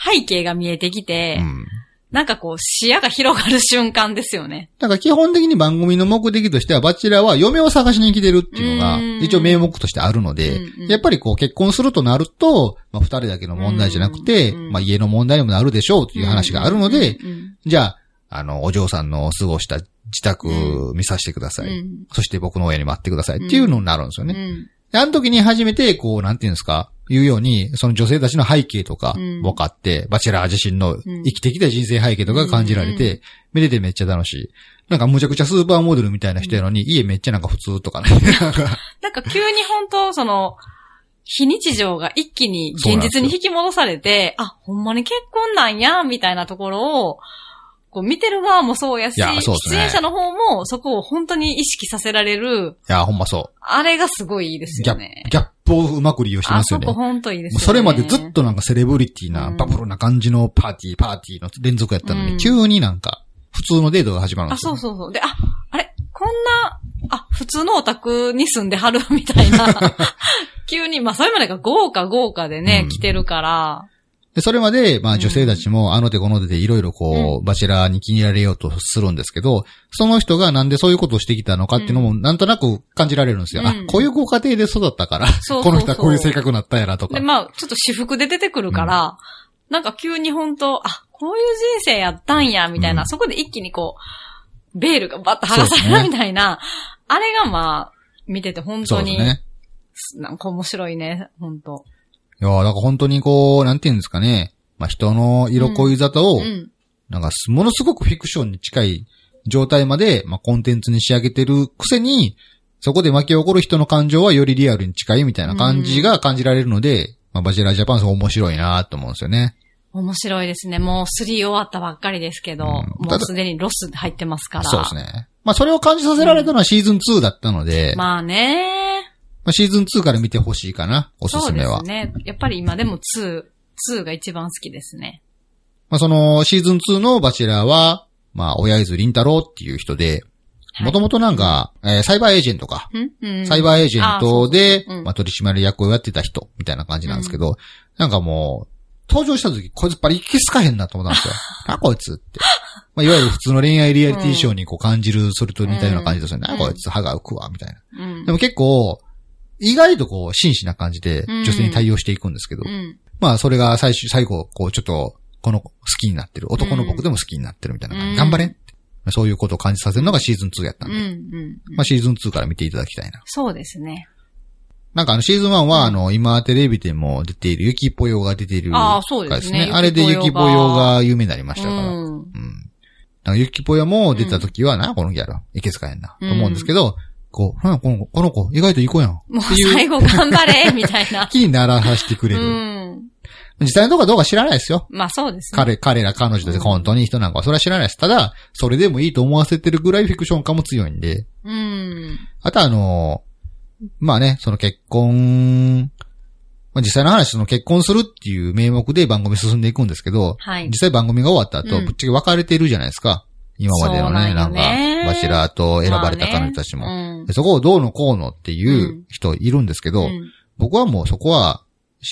Speaker 2: 背景が見えてきて、
Speaker 1: うん
Speaker 2: なんかこう視野が広がる瞬間ですよね。
Speaker 1: なんか基本的に番組の目的としては、バチェラーは嫁を探しに来てるっていうのが
Speaker 2: う、ん
Speaker 1: 一応名目としてあるので
Speaker 2: うんう、ん
Speaker 1: やっぱりこう結婚するとなると、まあ二人だけの問題じゃなくて、
Speaker 2: うん
Speaker 1: まあ家の問題にもなるでしょうという話があるので、
Speaker 2: うん
Speaker 1: じゃあ、あの、お嬢さんの過ごした自宅見させてくだ
Speaker 2: う
Speaker 1: さ
Speaker 2: ん
Speaker 1: い。そして僕の親に待ってくださいっていうのになるんですよ
Speaker 2: うん
Speaker 1: ね。であの時に初めて、こう、なんていうんですか、言うように、その女性たちの背景とか
Speaker 2: うん
Speaker 1: 分かって、バチェラー自身の生きてきた人生背景とかが感じられて、めでてめっちゃ楽しい。なんかむちゃくちゃスーパーモデルみたいな人やのに、家めっちゃなんか普通とかね。 なんか
Speaker 2: なんか急に本当その、非日常が一気に現実に引き戻されて、あ、ほんまに結婚なんや、みたいなところを、こう見てる側もそうやし、
Speaker 1: いやそうです
Speaker 2: 出
Speaker 1: ね
Speaker 2: 演者の方もそこを本当に意識させられる、
Speaker 1: いや、ほんまそ
Speaker 2: あれがすごいいいで
Speaker 1: う。
Speaker 2: す
Speaker 1: ギャ
Speaker 2: よ
Speaker 1: ップ
Speaker 2: ね。、
Speaker 1: ギャップをうまく利用してま
Speaker 2: あ
Speaker 1: すよ
Speaker 2: そ
Speaker 1: ね。
Speaker 2: こ
Speaker 1: も
Speaker 2: 本当いいで
Speaker 1: う
Speaker 2: すよね。
Speaker 1: それまでずっとなんかセレブリティな、
Speaker 2: うん
Speaker 1: バブルな感じのパーティー、パーティーの連続やったの
Speaker 2: う
Speaker 1: に、
Speaker 2: ん
Speaker 1: 急になんか、普通のデートが始まるん
Speaker 2: あ、
Speaker 1: ですよ。
Speaker 2: そうそうそう。で、あ、あれこんな、あ、普通のお宅に住んではるみた いな。急に、まあ、それまでが豪華豪華でね、
Speaker 1: うん
Speaker 2: 来てるから。
Speaker 1: で、それまで、まあ女性たちも、あの手この手でいろいろこう、バチェラーに気に入られようとするんですけど、その人がなんでそういうことをしてきたのかっていうのも、なんとなく感じられるんですよ。
Speaker 2: うん
Speaker 1: あ、こういうご家庭で育ったから、
Speaker 2: そうそうそう
Speaker 1: この人はこういう性格になったんやなとか
Speaker 2: で、。まあ、ちょっと私服で出てくるから、なんか急に本当あ、こういう人生やったんや、みたい
Speaker 1: う
Speaker 2: な、
Speaker 1: ん
Speaker 2: そこで一気にこう、ベールがバッと剥がされるみたいな、あれがまあ、見てて本
Speaker 1: そ
Speaker 2: 当
Speaker 1: うです
Speaker 2: に、
Speaker 1: ね。
Speaker 2: なんか面白いね、本当
Speaker 1: いやーだから本当にこう、なんていうんですかね。まあ人の色恋沙汰を
Speaker 2: う、ん。
Speaker 1: なんかす、ものすごくフィクションに近い状態まで、まあコンテンツに仕上げてるくせに、そこで巻き起こる人の感情はよりリアルに近いみたいな感じが感じられるので、まあバチェラージャパンすごい面白いなと思うんですよね。
Speaker 2: 面白いですね。もう3終わったばっかりですけど、
Speaker 1: うん
Speaker 2: もうすでにロス入ってますから。
Speaker 1: そうですね。まあそれを感じさせられたのはシーズン2だったので、ま
Speaker 2: まあね
Speaker 1: あシーズン2から見てほしいかな、おす
Speaker 2: そ
Speaker 1: す
Speaker 2: うで
Speaker 1: めは。
Speaker 2: すね。やっぱり今でも2、2が一番好きですね。
Speaker 1: まあそのシーズン2のバチェラーは、まあ親泉林太郎っていう人で、
Speaker 2: はい
Speaker 1: もともとなんか、えーサイバーエージェントか。
Speaker 2: んうん。
Speaker 1: サイバーエージェントで、
Speaker 2: そうそううん
Speaker 1: まあ、取締役をやってた人、みたいな感じなんですけど、なんかもう、登場した時、こいつバリいけすかへんなと思ったん ですよ。な、こいつって。まあ、いわゆる普通の恋愛リアリティショーにこう感じる、それと似たような感じですよね。
Speaker 2: うん
Speaker 1: な、こいつ歯が浮くわ、みたいな。
Speaker 2: うん。
Speaker 1: でも結構、意外とこう、真摯な感じで、
Speaker 2: うん
Speaker 1: 女性に対応していくんですけど、
Speaker 2: うん。
Speaker 1: まあ、それが最終、最後、こう、ちょっと、この子好きになってる。男の僕でも好きになってるみたいな感じ。
Speaker 2: うん
Speaker 1: 頑張れってそういうことを感じさせるのがシーズン2やったん
Speaker 2: うん。
Speaker 1: で。
Speaker 2: うん。
Speaker 1: まあ、シーズン2から見ていただきたいな。
Speaker 2: そうですね。
Speaker 1: なんかあの、シーズン1は、あの、今テレビでも出ている、雪ぽよが出ている、
Speaker 2: ああ、そうですね。
Speaker 1: あれで雪ぽよが有名になりまし
Speaker 2: 雪
Speaker 1: た
Speaker 2: ぽ
Speaker 1: から。
Speaker 2: よ
Speaker 1: うん。
Speaker 2: が。うん。
Speaker 1: なんか雪ぽよも出た時は、な、このギャル、いけすかやんな、と思うんですけど、こう、なんかこの子、この子、意外といい子やん。
Speaker 2: もう
Speaker 1: っていう。
Speaker 2: 最後頑張れ、みたいな
Speaker 1: 気にならさせてく
Speaker 2: う
Speaker 1: れる。
Speaker 2: ん。
Speaker 1: 実際のとこはどうか知らないですよ。
Speaker 2: まあそうですね。
Speaker 1: 彼、彼ら彼女で本当にいい人なんかはそれは知らないです。ただ、それでもいいと思わせてるぐらいフィクション感も強いんで。
Speaker 2: うん。
Speaker 1: あとはあのーまあね、その結婚、まあ実際の話、その結婚するっていう名目で番組進んでいくんですけど、
Speaker 2: はい
Speaker 1: 実。際番組が終わった後、
Speaker 2: うん
Speaker 1: ぶっちゃけ別れてるじゃないですか。今までのね、
Speaker 2: そ
Speaker 1: な
Speaker 2: うんなんよね
Speaker 1: か、バチェラーと選ばれた彼女たちも。
Speaker 2: うん
Speaker 1: でそこをどうのこうのっていう人いるんですけど、
Speaker 2: うん
Speaker 1: 僕はもうそこは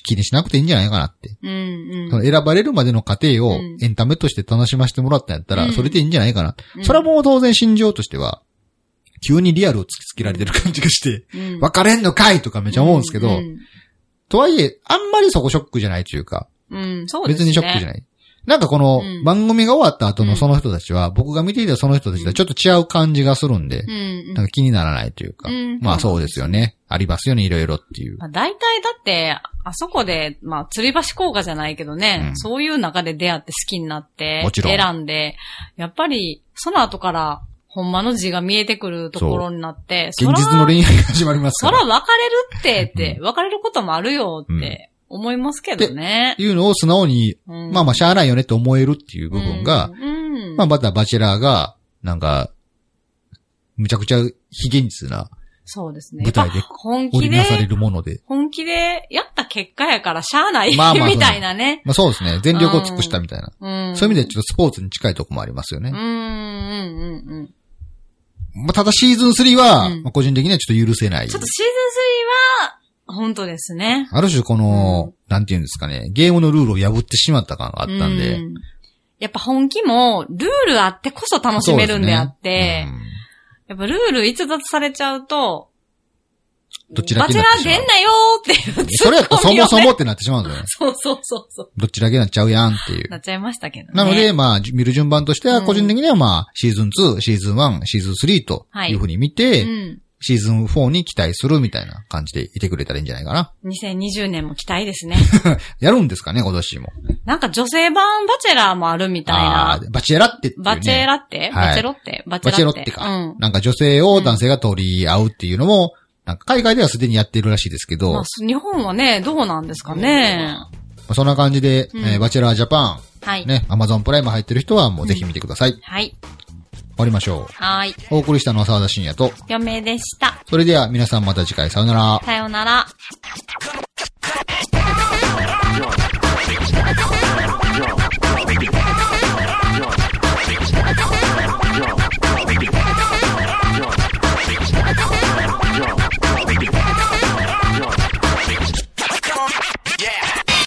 Speaker 1: 気にしなくていいんじゃないかなって。
Speaker 2: うん
Speaker 1: その
Speaker 2: うん。
Speaker 1: 選ばれるまでの過程を
Speaker 2: うん
Speaker 1: エンタメとして楽しませてもらったんやった
Speaker 2: う
Speaker 1: ら、
Speaker 2: ん
Speaker 1: それでいいんじゃないかな。
Speaker 2: うん
Speaker 1: それはもう当然心情としては、急にリアルを突きつけられてる感じがして、
Speaker 2: うん、
Speaker 1: 別れんのかいとかめっちゃ思うんですけど、
Speaker 2: うん
Speaker 1: とはいえ、あんまりそこショックじゃないというか、
Speaker 2: うん、そうです
Speaker 1: 別
Speaker 2: ね。
Speaker 1: にショックじゃない。なんかこの
Speaker 2: うん
Speaker 1: 番組が終わった後
Speaker 2: う
Speaker 1: の
Speaker 2: ん
Speaker 1: その人たちは、僕が見ていたその人たちとはちょっと違う感じがするんで、
Speaker 2: うんうん
Speaker 1: なんか気にならないというか、
Speaker 2: うん
Speaker 1: まあそうですよね。ありますよね、いろいろっていう。
Speaker 2: まあ、大体だって、あそこで、まあ、吊り橋効果じゃないけどね、
Speaker 1: うん
Speaker 2: そういう中で出会って好きになって、
Speaker 1: もちろん
Speaker 2: 選んで、やっぱり、その後から、ほんまの字が見えてくるところになって、
Speaker 1: 現実の恋愛が始まります
Speaker 2: そ
Speaker 1: からら。
Speaker 2: そら別れるって、って
Speaker 1: う、
Speaker 2: 別れることもあるよって思いますけどね。
Speaker 1: いうのを素直に、
Speaker 2: うん
Speaker 1: まあまあしゃあないよねって思えるっていう部分が、
Speaker 2: うん、うん
Speaker 1: まあまたバチェラーが、なんか、むちゃくちゃ非現実な
Speaker 2: そうですね。
Speaker 1: 舞台で
Speaker 2: 本
Speaker 1: 織
Speaker 2: 気
Speaker 1: りなされ
Speaker 2: で、
Speaker 1: るもので。
Speaker 2: 本気でやった結果やからしゃあない、
Speaker 1: まあまあ
Speaker 2: みたいなね。
Speaker 1: まあそうですね。全力を尽くしたみたいな。
Speaker 2: うん、
Speaker 1: そういう意味でちょっとスポーツに近いとこもありますよね。
Speaker 2: うん、うん、うん、うん。
Speaker 1: まあただシーズン3は、
Speaker 2: うん
Speaker 1: まあ個人的にはちょっと許せない
Speaker 2: ちょ。っとシーズン3は、本当ですね。
Speaker 1: ある種この、
Speaker 2: う
Speaker 1: なんていうんですかね、ゲームのルールを破ってしまった感があ
Speaker 2: あ
Speaker 1: ったんで。
Speaker 2: やっぱ本気も、ルールあってこそ楽しめるんであって、
Speaker 1: そうですね
Speaker 2: やっぱルール逸脱されちゃうと、
Speaker 1: うんどちら
Speaker 2: バ
Speaker 1: け
Speaker 2: チ
Speaker 1: に
Speaker 2: ェ
Speaker 1: な
Speaker 2: ラ
Speaker 1: って
Speaker 2: ー
Speaker 1: しま
Speaker 2: 出
Speaker 1: うん
Speaker 2: なよーっていうツ
Speaker 1: それや
Speaker 2: ッ
Speaker 1: と
Speaker 2: コ
Speaker 1: そ
Speaker 2: ミを
Speaker 1: もそ
Speaker 2: ね
Speaker 1: もってなってしまうんですよね。
Speaker 2: そうそうそうそう。
Speaker 1: どっちだけなっちゃうやんっていう
Speaker 2: な。っちゃいましたけどね。
Speaker 1: なので、、まあ、見る順番としては、
Speaker 2: うん
Speaker 1: 個人的にはまあ、シーズン2、シーズン1、シーズン3と
Speaker 2: はい
Speaker 1: いうふうに見
Speaker 2: う
Speaker 1: て、
Speaker 2: ん。
Speaker 1: シーズン4に期待するみたいな感じでいてくれたらいいんじゃないかな。
Speaker 2: 2020年も期待ですね。
Speaker 1: やるんですかね、今年も。
Speaker 2: なんか女性版バチェラーもあるみたい
Speaker 1: あ
Speaker 2: な
Speaker 1: あ。ー、バチェラってっていう、ね。
Speaker 2: バチェラって、
Speaker 1: はい
Speaker 2: バチェロってバ
Speaker 1: バチェロ
Speaker 2: ラ
Speaker 1: っ
Speaker 2: ってて
Speaker 1: か。
Speaker 2: うん。
Speaker 1: なんか女性を男性が取り合うっていうのも、なんか海外ではすでにやってるらしいですけど、
Speaker 2: まあ、日本はね、どうなんですかね。
Speaker 1: まあそんな感じで、
Speaker 2: うん
Speaker 1: えーバチェラージャパ
Speaker 2: はい。
Speaker 1: ン、ね、アマゾンプライム入ってる人はもうぜひ見てください。終
Speaker 2: はい。
Speaker 1: わりましょ
Speaker 2: はい。
Speaker 1: う。お送りしたのは沢田信也と、
Speaker 2: 嫁でした。
Speaker 1: それでは皆さんまた次回さよなら。
Speaker 2: さようなら。